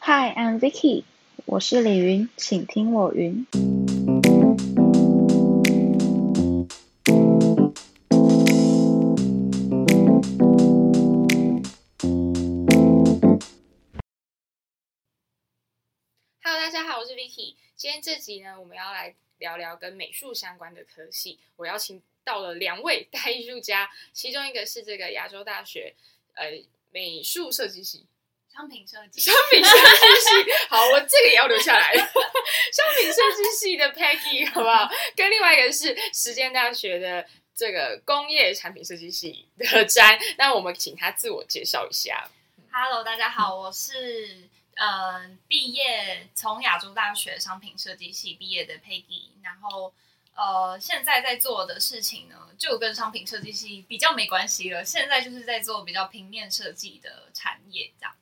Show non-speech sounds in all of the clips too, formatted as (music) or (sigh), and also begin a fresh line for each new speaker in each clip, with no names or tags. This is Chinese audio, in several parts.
Hi, I'm Vicky，我是李云，请听我云。
Hello，大家好，我是 Vicky。今天这集呢，我们要来聊聊跟美术相关的科系。我邀请到了两位大艺术家，其中一个是这个亚洲大学呃美术设计系，
商品设计
商品设计系。好，我这个也要留下来。商品设计系的 Peggy 好不好？跟另外一个是实践大学的这个工业产品设计系的詹。那我们请他自我介绍一下。
Hello，大家好，我是呃毕业从亚洲大学商品设计系毕业的 Peggy，然后呃现在在做的事情呢，就跟商品设计系比较没关系了，现在就是在做比较平面设计的产业这样。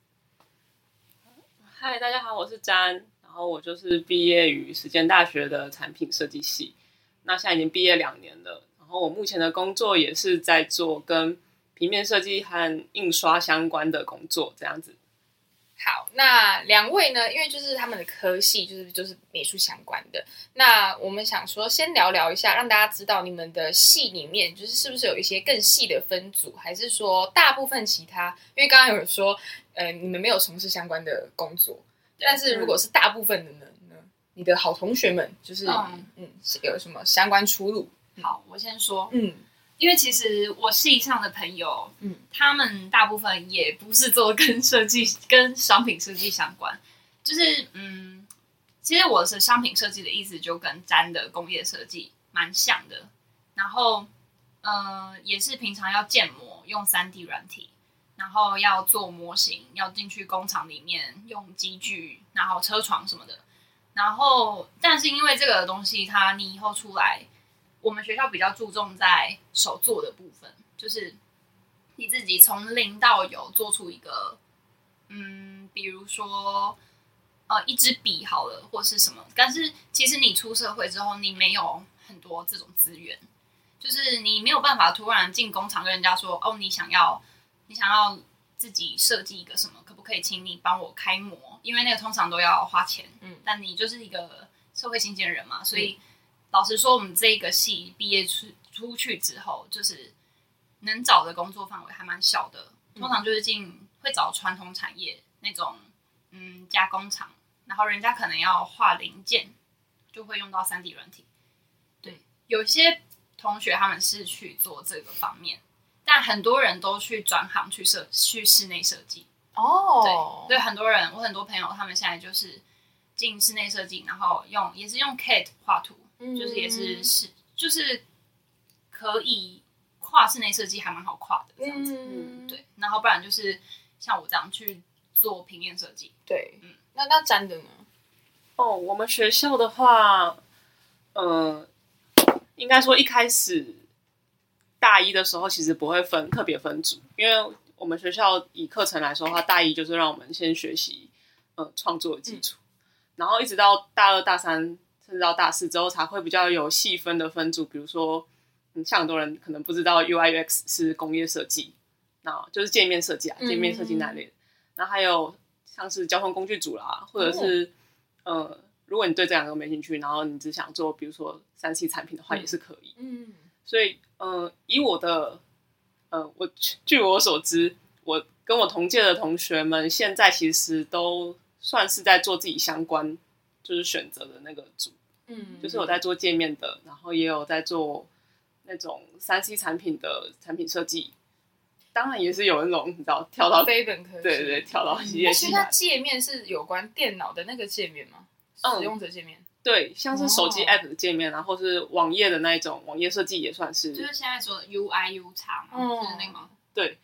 嗨，大家好，我是詹，然后我就是毕业于实践大学的产品设计系，那现在已经毕业两年了，然后我目前的工作也是在做跟平面设计和印刷相关的工作，这样子。
好，那两位呢？因为就是他们的科系就是就是美术相关的，那我们想说先聊聊一下，让大家知道你们的系里面就是是不是有一些更细的分组，还是说大部分其他？因为刚刚有人说，呃，你们没有从事相关的工作，但是如果是大部分的呢，呢你的好同学们就是嗯
嗯
是有什么相关出路？
好，我先说，
嗯，
因为其实我系上的朋友，
嗯
嗯，他们大部分也不是做跟设计、跟商品设计相关，就是嗯，其实我是商品设计的意思就跟詹的工业设计蛮像的，然后呃，也是平常要建模，用三 D 软体，然后要做模型，要进去工厂里面用机具，然后车床什么的。然后，但是因为这个东西它，你以后出来，我们学校比较注重在手做的部分，就是你自己从零到有做出一个，嗯，比如说呃一支笔好了，或是什么。但是其实你出社会之后，你没有很多这种资源，就是你没有办法突然进工厂跟人家说，哦，你想要你想要自己设计一个什么，可不可以请你帮我开模？因为那个通常都要花钱，
嗯
嗯，但你就是一个社会新鲜人嘛，所以。老实说，我们这个系毕业出出去之后，就是能找的工作范围还蛮小的，通常就是进会找传统产业那种，嗯，加工厂，然后人家可能要画零件，就会用到三 D 软体。对，有些同学他们是去做这个方面，但很多人都去转行去设去室内设计。
哦
对，所以很多人，我很多朋友他们现在就是进室内设计，然后用也是用 CAD 画图，
嗯
就是也是是就是可以跨室内设计，还蛮好跨的这样子。
嗯，
对，然后不然就是像我这样去做平面设计，
对
嗯，
那那詹的呢？
哦，我们学校的话，呃，应该说一开始大一的时候，其实不会分特别分组，因为我们学校以课程来说的话，大一就是让我们先学习呃创作的基础，然后一直到大二、大三，甚至到大四之后，才会比较有细分的分组，比如说，嗯，像很多人可能不知道 UI UX 是工业设计，那就是界面设计啊，
嗯
界面设计那类的，然后还有像是交通工具组啦，或
哦
者是、呃，如果你对这两个没兴趣，然后你只想做比如说三 C 产品的话，
嗯
也是可以。
嗯，
所以，呃，以我的，呃，我 (laughs) 据据我所知，我跟我同届的同学们现在其实都算是在做自己相关，就是选择的那个组，
嗯
就是我在做界面的，然后也有在做那种三 C 产品的产品设计，当然也是有那种你知道跳到
非
对
本科系，
对对跳到企业
但是
系
它
来，
界面是有关电脑的那个界面吗？
嗯
使用者界面。
对，像是手机
哦
app 的界面，然后是网页的那一种网页设计也算是，
就是现在说的 UI U 叉嘛，
嗯
就是那个。
对。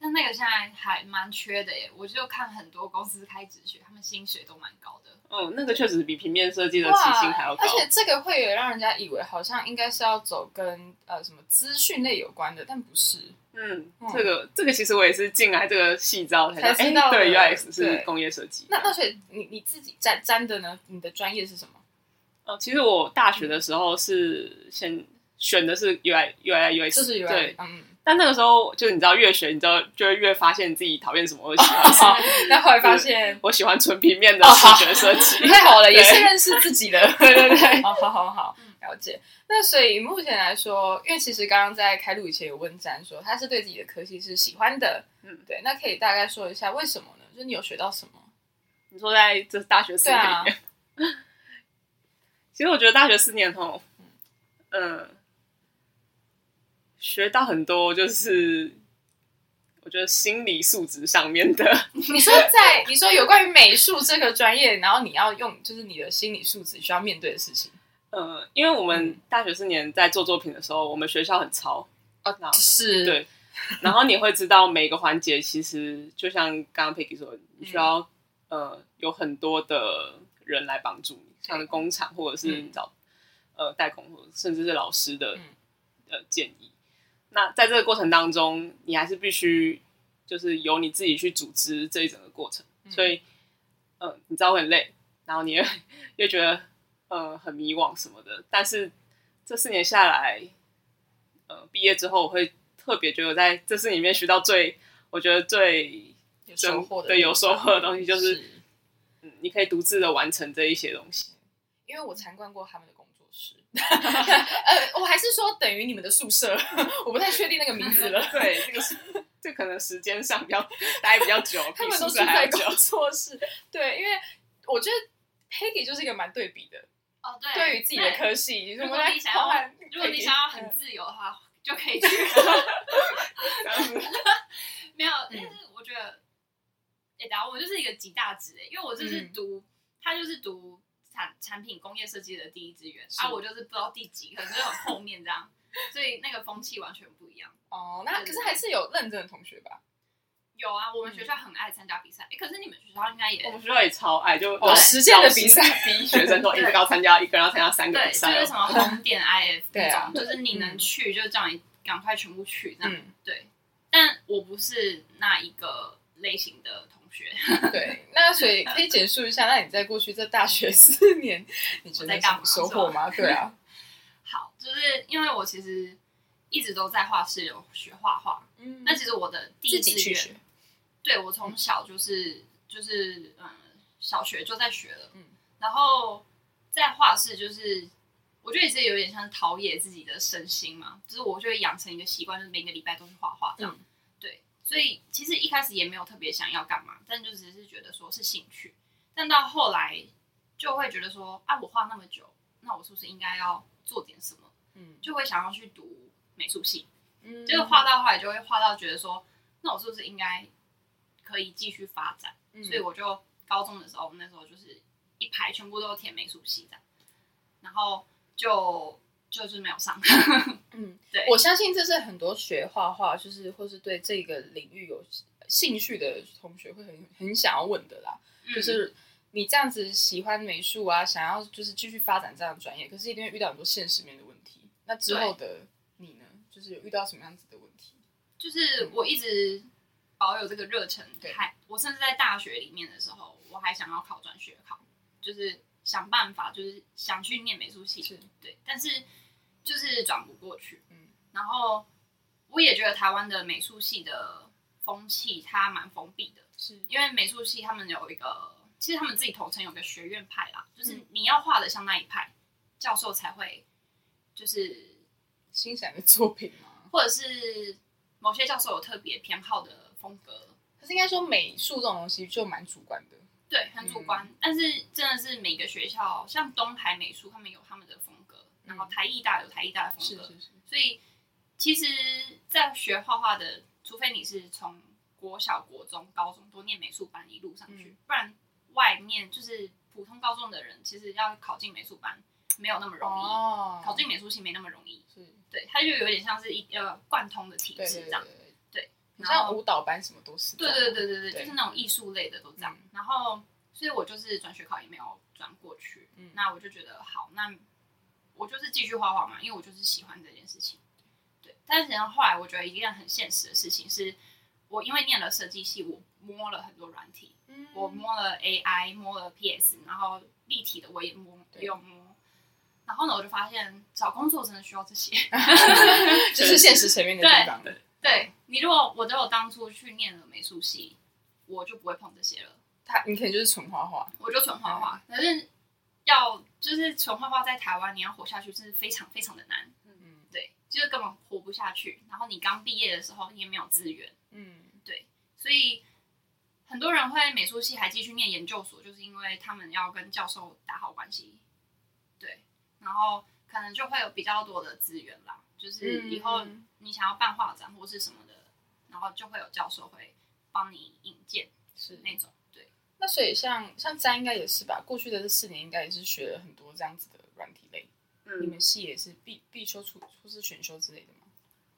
但那个现在还蛮缺的耶，我就看很多公司开职缺，他们薪水都蛮高的。
嗯，那个确实比平面设计的起薪还要高
而，且这个会有让人家以为好像应该是要走跟呃什么资讯类有关的，但不是。
嗯
嗯，
这个这个其实我也是进来这个系之后才
才
哎
知道的
对，UX
对
是工业设计。
那那所以你你自己沾沾的呢？你的专业是什么？
呃，其实我大学的时候是先选的是 UI UI UX，
就是 UI，
对，
嗯， (laughs)
但那个时候就你知道越学，你知道就会越发现自己讨厌什么，或者喜欢什么。
那后来发现
(laughs) 我喜欢纯平面的
哦
视
好
觉设 (laughs) 计，
(laughs) 太好了，
对
也是认识自己了。
(laughs) 对对
(laughs)
对，嗯
好好好好，了解。那所以目前来说，因为其实刚刚在开录以前有问詹说，他是对自己的科系是喜欢的，
嗯
对。那可以大概说一下为什么呢？就是你有学到什么？
你说在这大学四
对
年
啊， (laughs)
其实我觉得大学四年后，嗯，学到很多，就是我觉得心理素质上面的，
你说在你说有关于美术这个专业，然后你要用就是你的心理素质需要面对的事情
嗯，因为我们
嗯
大学四年在做作品的时候，我们学校很超，
哦，是
对然后你会知道每个环节其实就像刚刚 Peggy 说的，你需要、呃有很多的人来帮助你，像是工厂或者是
嗯
你找、呃代工，或者甚至是老师的、
嗯
呃建议。那在这个过程当中，你还是必须就是由你自己去组织这一整个过程，
嗯
所以呃你知道会很累，然后你也 (laughs) 又觉得呃很迷惘什么的，但是这四年下来，呃，毕业之后我会特别觉得我在这次里面学到最，我觉得最，
有收获的
对有收获的东西就是
是
嗯，你可以独自的完成这一些东
(laughs)
西。
因为我参观过他们的工作室， (laughs) 呃，我还是说等于你们的宿舍， (laughs) 我不太确定那个名字了。
对，这个是， (laughs) 这可能时间上比较待比较久，
(laughs) 他
比
们都
宿
是
舍还
在
要久。
工作室，对，因为我觉得 Peggy 就是一个蛮对比的，
哦，对，
对于自己的嗯科系，
如
我
果
们来
你想
看
要
看，
如果你
Peggy
想要很自由的话，就可以去。 (laughs)
这样子
(laughs)
没有，
嗯
但是我觉得，哎、欸，然后我就是一个极大值、欸，因为我就是
嗯
读，他就是读产产品工业设计的第一志愿，
是
啊，我就是不知道第几，可能就是很后面这样， (laughs) 所以那个风气完全不一样。
哦，那
对
可是还是有认真的同学吧？
有啊，我们学校很爱参加比
嗯
赛，哎、可是你们学校应该也
我们学校也超爱，就
哦实践的比赛
老师逼学生说，一个要参加，一个人要参加三个
对，
比
就
赛
是
哦。
什么红点 IF
对
那
啊
种，就是你能去就叫你赶快全部去这样。
嗯，
对，但我不是那一个类型的同学， (laughs)
对。那所以可以简述一下，那你在过去这大学四年，你觉得有什么收获吗？对啊，
(laughs) 好，就是因为我其实一直都在画室有学画画，
嗯
那其实我的第一
自己
志
去
愿
学，，
对我从小就是就是嗯，小学就在学了，
嗯
嗯，然后在画室就是。我觉得也是有点像陶冶自己的身心嘛，就是我就会养成一个习惯，就是每个礼拜都去画画这样。
嗯
对，所以其实一开始也没有特别想要干嘛，但就只是觉得说是兴趣。但到后来就会觉得说，啊，我画那么久，那我是不是应该要做点什么？
嗯
就会想要去读美术系。
嗯
就是画到后来就会画到觉得说，那我是不是应该可以继续发展？
嗯
所以我就高中的时候，那时候就是一排全部都填美术系这样，然后就就是没有上。 (laughs)
嗯，
对，
我相信这是很多学画画，就是或是对这个领域有兴趣的同学会很很想要问的啦。
嗯
就是你这样子喜欢美术啊，想要就是继续发展这样的专业，可是一定会遇到很多现实面的问题。那之后的你呢，就是有遇到什么样子的问题？
就是我一直保有这个热忱，
对
还我甚至在大学里面的时候，我还想要考转学考，就是想办法，就是想去念美术系，
是
对，但是就是转不过去，
嗯
嗯，然后我也觉得台湾的美术系的风气它蛮封闭的，
是
因为美术系他们有一个，其实他们自己头层有个学院派啦，就是
嗯
你要画的像那一派，教授才会就是
欣赏的作品吗？
或者是某些教授有特别偏好的风格，
(laughs) 可是应该说美术这种东西就蛮主观的。
对，很主
嗯
观。但是真的是每个学校，像东海美术，他们有他们的风格，然后台艺大有台艺大的风格，
嗯是，
所以其实，在学画画的，除非你是从国小、国中、高中都念美术班一路上去，
嗯
不然外面就是普通高中的人，其实要考进美术班没有那么容易，
哦，
考进美术系没那么容易。
是
对，它就有点像是一呃贯通的体
对
制
对
这样。
对
对，
你
然后
像舞蹈班什么都是这
对
样。
对对对对，
对
就是那种艺术类的都这样。
嗯
然后，所以我就是转学考也没有转过去。
嗯
那我就觉得好，那我就是继续画画嘛，因为我就是喜欢这件事情。对，但是然后后来我觉得一件很现实的事情是，我因为念了设计系，我摸了很多软体，
嗯，(laughs)
我摸了 AI，摸了 PS，然后立体的我也摸，
对
也有摸。
嗯
然后呢，我就发现找工作真的需要这些。
就是现实层面的地方。
(laughs) 对你，如果我都有当初去念了美术系，我就不会碰这些了，
他你可能就是纯画画，
我就纯画画。可是要就是纯画画，在台湾你要活下去是非常非常的难，
嗯
对，就是根本活不下去。然后你刚毕业的时候，你也没有资源，
嗯
所以很多人会美术系还继续念研究所，就是因为他们要跟教授打好关系，对，然后可能就会有比较多的资源啦，就是
嗯
以后
嗯
你想要办画展或是什么的，然后就会有教授会帮你引荐
是
那种，对，
那所以像像詹应该也是吧，过去的这四年应该也是学了很多这样子的软体类。你
嗯
们，系也是必必修出或是选修之类的吗？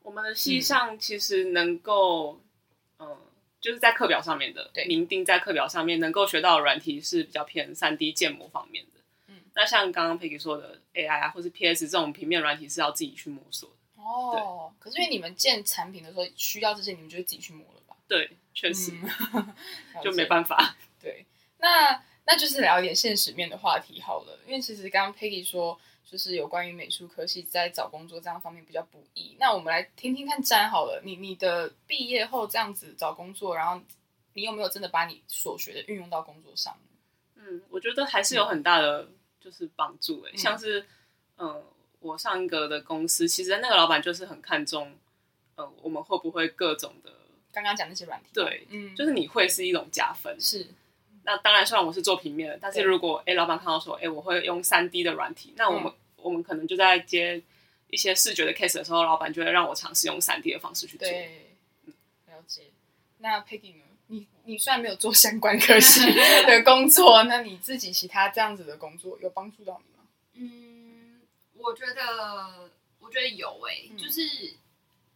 我们的系上其实能够，嗯，就是在课表上面的，
对
明定在课表上面能够学到的软体是比较偏三 D 建模方面的。
嗯
那像刚刚 Peggy 说的 AI 啊，或是 PS 这种平面软体是要自己去摸索的。
哦，可是因为你们建产品的时候需要这些，你们就会自己去磨了吧？
对，确实、，
嗯
就没办法。
对，那那就是聊一点现实面的话题好了，因为其实刚刚 Peggy 说，就是有关于美术科系在找工作这样方面比较不易。那我们来听听看詹好了，你你的毕业后这样子找工作，然后你有没有真的把你所学的运用到工作上呢？
嗯，我觉得还是有很大的就是帮助诶、
嗯
像是嗯、呃我上一个的公司，其实那个老板就是很看重，呃，我们会不会各种的，
刚刚讲那些软体，
对，
嗯，
就是你会是一种加分。
是
那当然，虽然我是做平面的，但是
对
如果哎、诶老板看到说，哎、我会用三 D 的软体，那我们、我们可能就在接一些视觉的 case 的时候，老板就会让我尝试用三 D 的方式去做。
对，了解。那 Peggy 呢？你你虽然没有做相关科
(laughs)
系的工作，那你自己其他这样子的工作有帮助到你吗？
嗯，我觉得我觉得有诶、
嗯
就是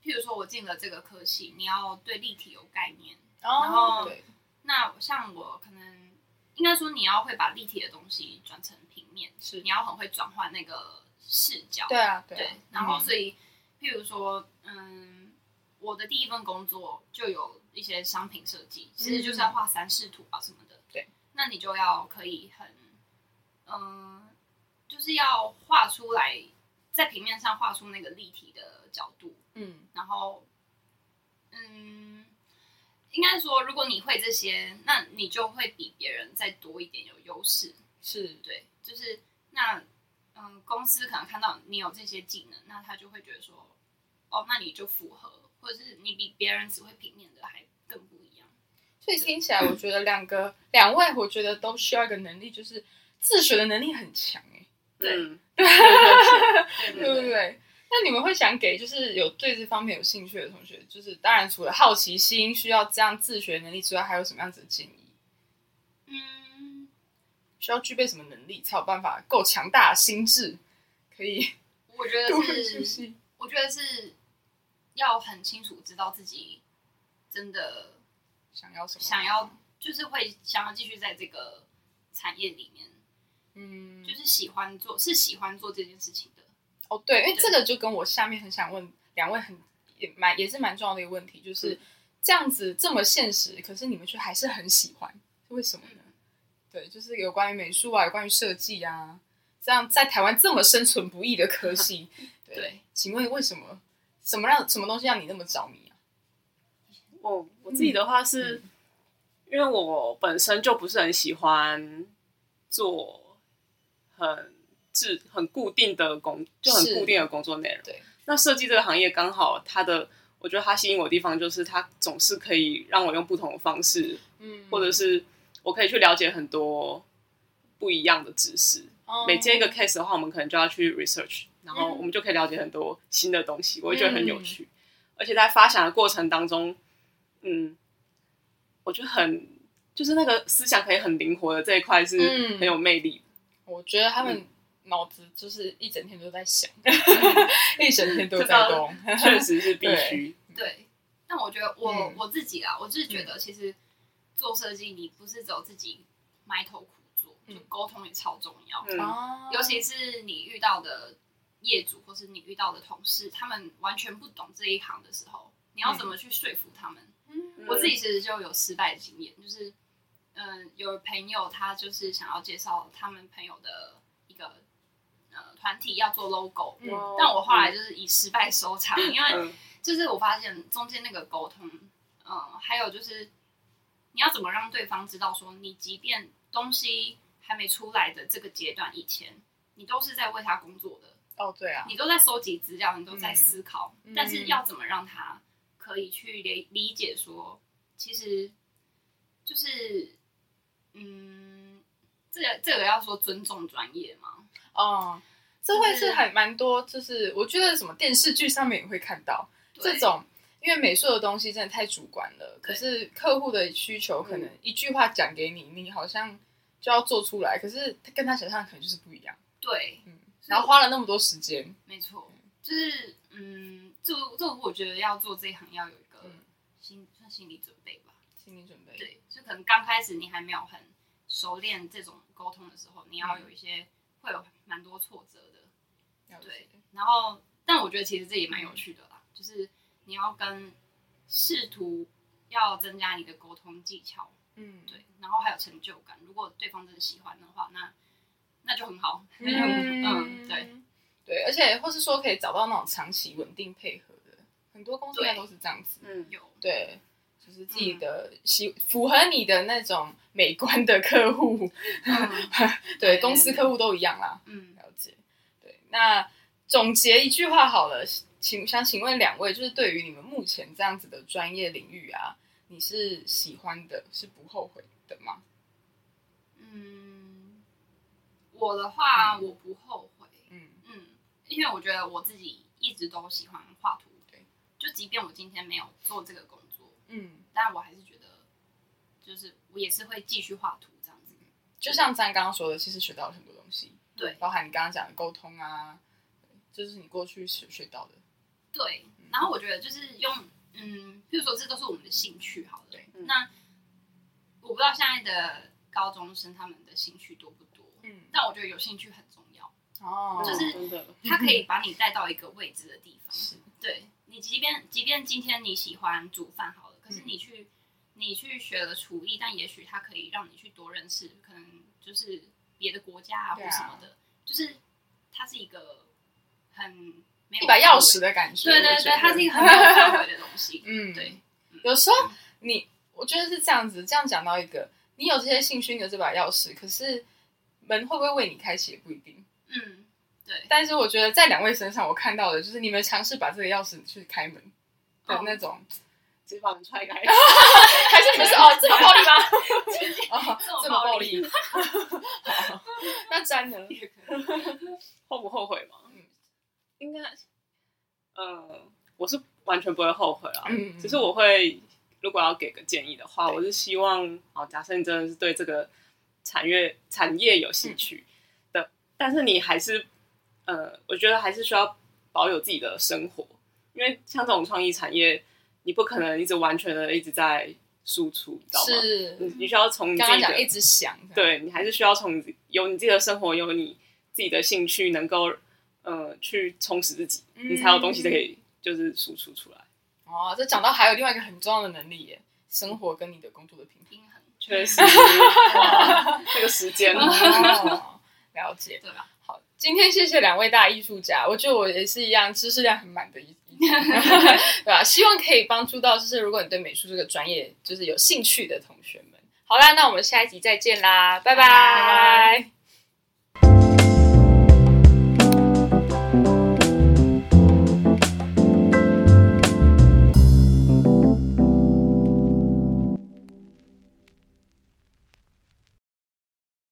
譬如说我进了这个科系，你要对立体有概念，
然
后
哦对，
那像我可能应该说你要会把立体的东西转成平面，
是
你要很会转换那个视角，
对啊，对
对
啊
然后
嗯
所以譬如说，嗯，我的第一份工作就有一些商品设计，其实就是要画三视图啊什么的，
嗯对，
那你就要可以很，嗯，就是要画出来，在平面上画出那个立体的角度，
嗯
然后，嗯，应该说，如果你会这些，那你就会比别人再多一点有优势。
是
对，就是那，嗯，公司可能看到你有这些技能，那他就会觉得说，哦，那你就符合，或者是你比别人只会平面的还更不一样。
所以听起来，我觉得两个两位，我觉得都需要一个能力，就是自学的能力很强哎、
对
嗯，
对
对
(laughs)
不
对对，
对？那你们会想给就是有对这方面有兴趣的同学，就是当然除了好奇心需要这样自学能力之外，还有什么样子的建议？
嗯，
需要具备什么能力才有办法够强大的心智，可以
我觉
独
得
立 (laughs) 出
是，
息？
我觉得是要很清楚知道自己真的
想要什么？
想要就是会想要继续在这个产业里面，
嗯，
就是喜欢做是喜欢做这件事情的。
哦，对，因为这个就跟我下面很想问两位很也蛮也是蛮重要的一个问题，就是、
嗯
这样子这么现实，可是你们却还是很喜欢，是为什么呢？对，就是有关于美术啊，有关于设计啊，这样在台湾这么生存不易的科系，对，
对
请问为什么什么让什么东西让你那么着迷啊？
我哦我自己的话是，
嗯
因为我本身就不是很喜欢做很制很固定的工，就很
是
固定的工作内容。
对，
那设计这个行业刚好它的，我觉得它吸引我的地方就是它总是可以让我用不同的方式，
嗯，
或者是我可以去了解很多不一样的知识。
哦
每接一个 case 的话，我们可能就要去 research，然后
嗯
我们就可以了解很多新的东西，我会觉得很
嗯
有趣。而且在发想的过程当中，嗯，我觉得很就是那个思想可以很灵活的这一块是
嗯
很有
(laughs)
魅力的。
我觉得他
嗯
们脑子就是一整天都在想，一整天都
这
在
个
动，
确实是必须。
对，但我觉得我、
嗯
我自己啊，我就是觉得其实做设计你不是只有自己埋头苦做，
嗯
就沟通也超重要，
嗯，
哦
尤其是你遇到的业主或是你遇到的同事，他们完全不懂这一行的时候，你要怎么去说服他们？
嗯
我自己其实就有失败的经验，就是嗯，有朋友他就是想要介绍他们朋友的一个呃团体要做 logo，、
嗯
但我后来就是以失败收场，因为
嗯
就是我发现中间那个沟通，嗯，还有就是你要怎么让对方知道说，你即便东西还没出来的这个阶段以前，你都是在为他工作的，
哦，对啊，
你都在收集资料，你都在
嗯
思考，
嗯
但是要怎么让他可以去理理解说，其实就是嗯，这个这个要说尊重专业嘛，
哦，这会是很蛮多，就是我觉得什么电视剧上面也会看到
对
这种，因为美术的东西真的太主观了，可
对嗯
是客户的需求可能一句话讲给你，你好像就要做出来，可是他跟他想象的可能就是不一样，
对，
嗯，然后花了那么多时间，
没错，就是嗯，这这我觉得要做这一行要有一个
嗯
心算心理准备吧，
心理准备，
对，就可能刚开始你还没有很熟练这种沟通的时候，你要有一些会有蛮多挫折的。
了解
对然后，但我觉得其实这也蛮有趣的啦，就是你要跟试图要增加你的沟通技巧，
嗯，
对，然后还有成就感。如果对方真的喜欢的话，那那就很好，那就很 (laughs) 嗯，对，
对，而且或是说可以找到那种长期稳定配合的，很多公司应该
对
都是这样子，
嗯，
有
对，就是自
嗯
己的喜、符合你的那种美观的客户，
嗯
对
对
公司客户都一样啦。
嗯，
了解，对，那总结一句话好了，请想请问两位，就是对于你们目前这样子的专业领域啊，你是喜欢的，是不后悔的吗？
嗯，我的话我不后悔，
嗯
嗯，因为我觉得我自己一直都喜欢画图，
对，
就即便我今天没有做这个工作，
嗯，
但我还是觉得，就是我也是会继续画图这样子。
就像咱刚刚说的，其实学到了很多东西，
对
包含你刚刚讲的沟通啊，就是你过去学学到的，
对，然后我觉得就是用，嗯，譬如说这都是我们的兴趣，好了
对。
嗯
那我不知道现在的高中生他们的兴趣多不多，
嗯，
但我觉得有兴趣很重要，
哦，
就是
真的，
它可以把你带到一个未知的地方。
是
对你，即便即便今天你喜欢煮饭好了，可是
嗯
你去、你去学了厨艺，但也许它可以让你去多认识，可能就是别的国家啊或
对啊
什么的，就是它是一个很没有
一把钥
范
匙
围，
的感觉，
对
我
对
觉
对，
得。
它是一个很没有范围的东西
(laughs) 嗯，
对，
有时候你，我觉得是这样子，这样讲到一个，你有这些兴趣，你有这把钥匙，可是门会不会为你开启也不一定。
嗯，对，
但是我觉得在两位身上，我看到的就是你们尝试把这个钥匙去开门的
哦
那种，
直接把门踹开，
还是你们是哦 (laughs) 这么暴力吗？哦，这
(laughs) 这
么暴
么 (laughs) 暴
力。
力
好，那詹呢？
后不后悔吗？
嗯
应该，呃，我是完全不会后悔啊。
嗯
只是我会，如果要给个建议的话，
对
我是希望，哦，假设你真的是对这个产业产业有
嗯
兴趣的，但是你还是，呃，我觉得还是需要保有自己的生活，因为像这种创意产业，你不可能一直完全的一直在输出，你知道吗？
是
你你需要从你自
刚刚
己的
讲一直想，
对你还是需要从你有你自己的生活，有你自己的兴趣，能够呃去充实自己，
嗯
你才有东西可以就是输出出来。
哦，这讲到还有另外一个很重要的能力耶，生活跟你的工作的平衡。
平衡，
确实，哇 (laughs) 这个时间，
哦， (laughs) 了解。
对吧？
好，今天谢谢两位大艺术家，我觉得我也是一样，知识量很满的一，一 (laughs) 对吧、希望可以帮助到，就是如果你对美术这个专业就是有兴趣的同学们。好啦，那我们下一集再见啦，拜
拜
拜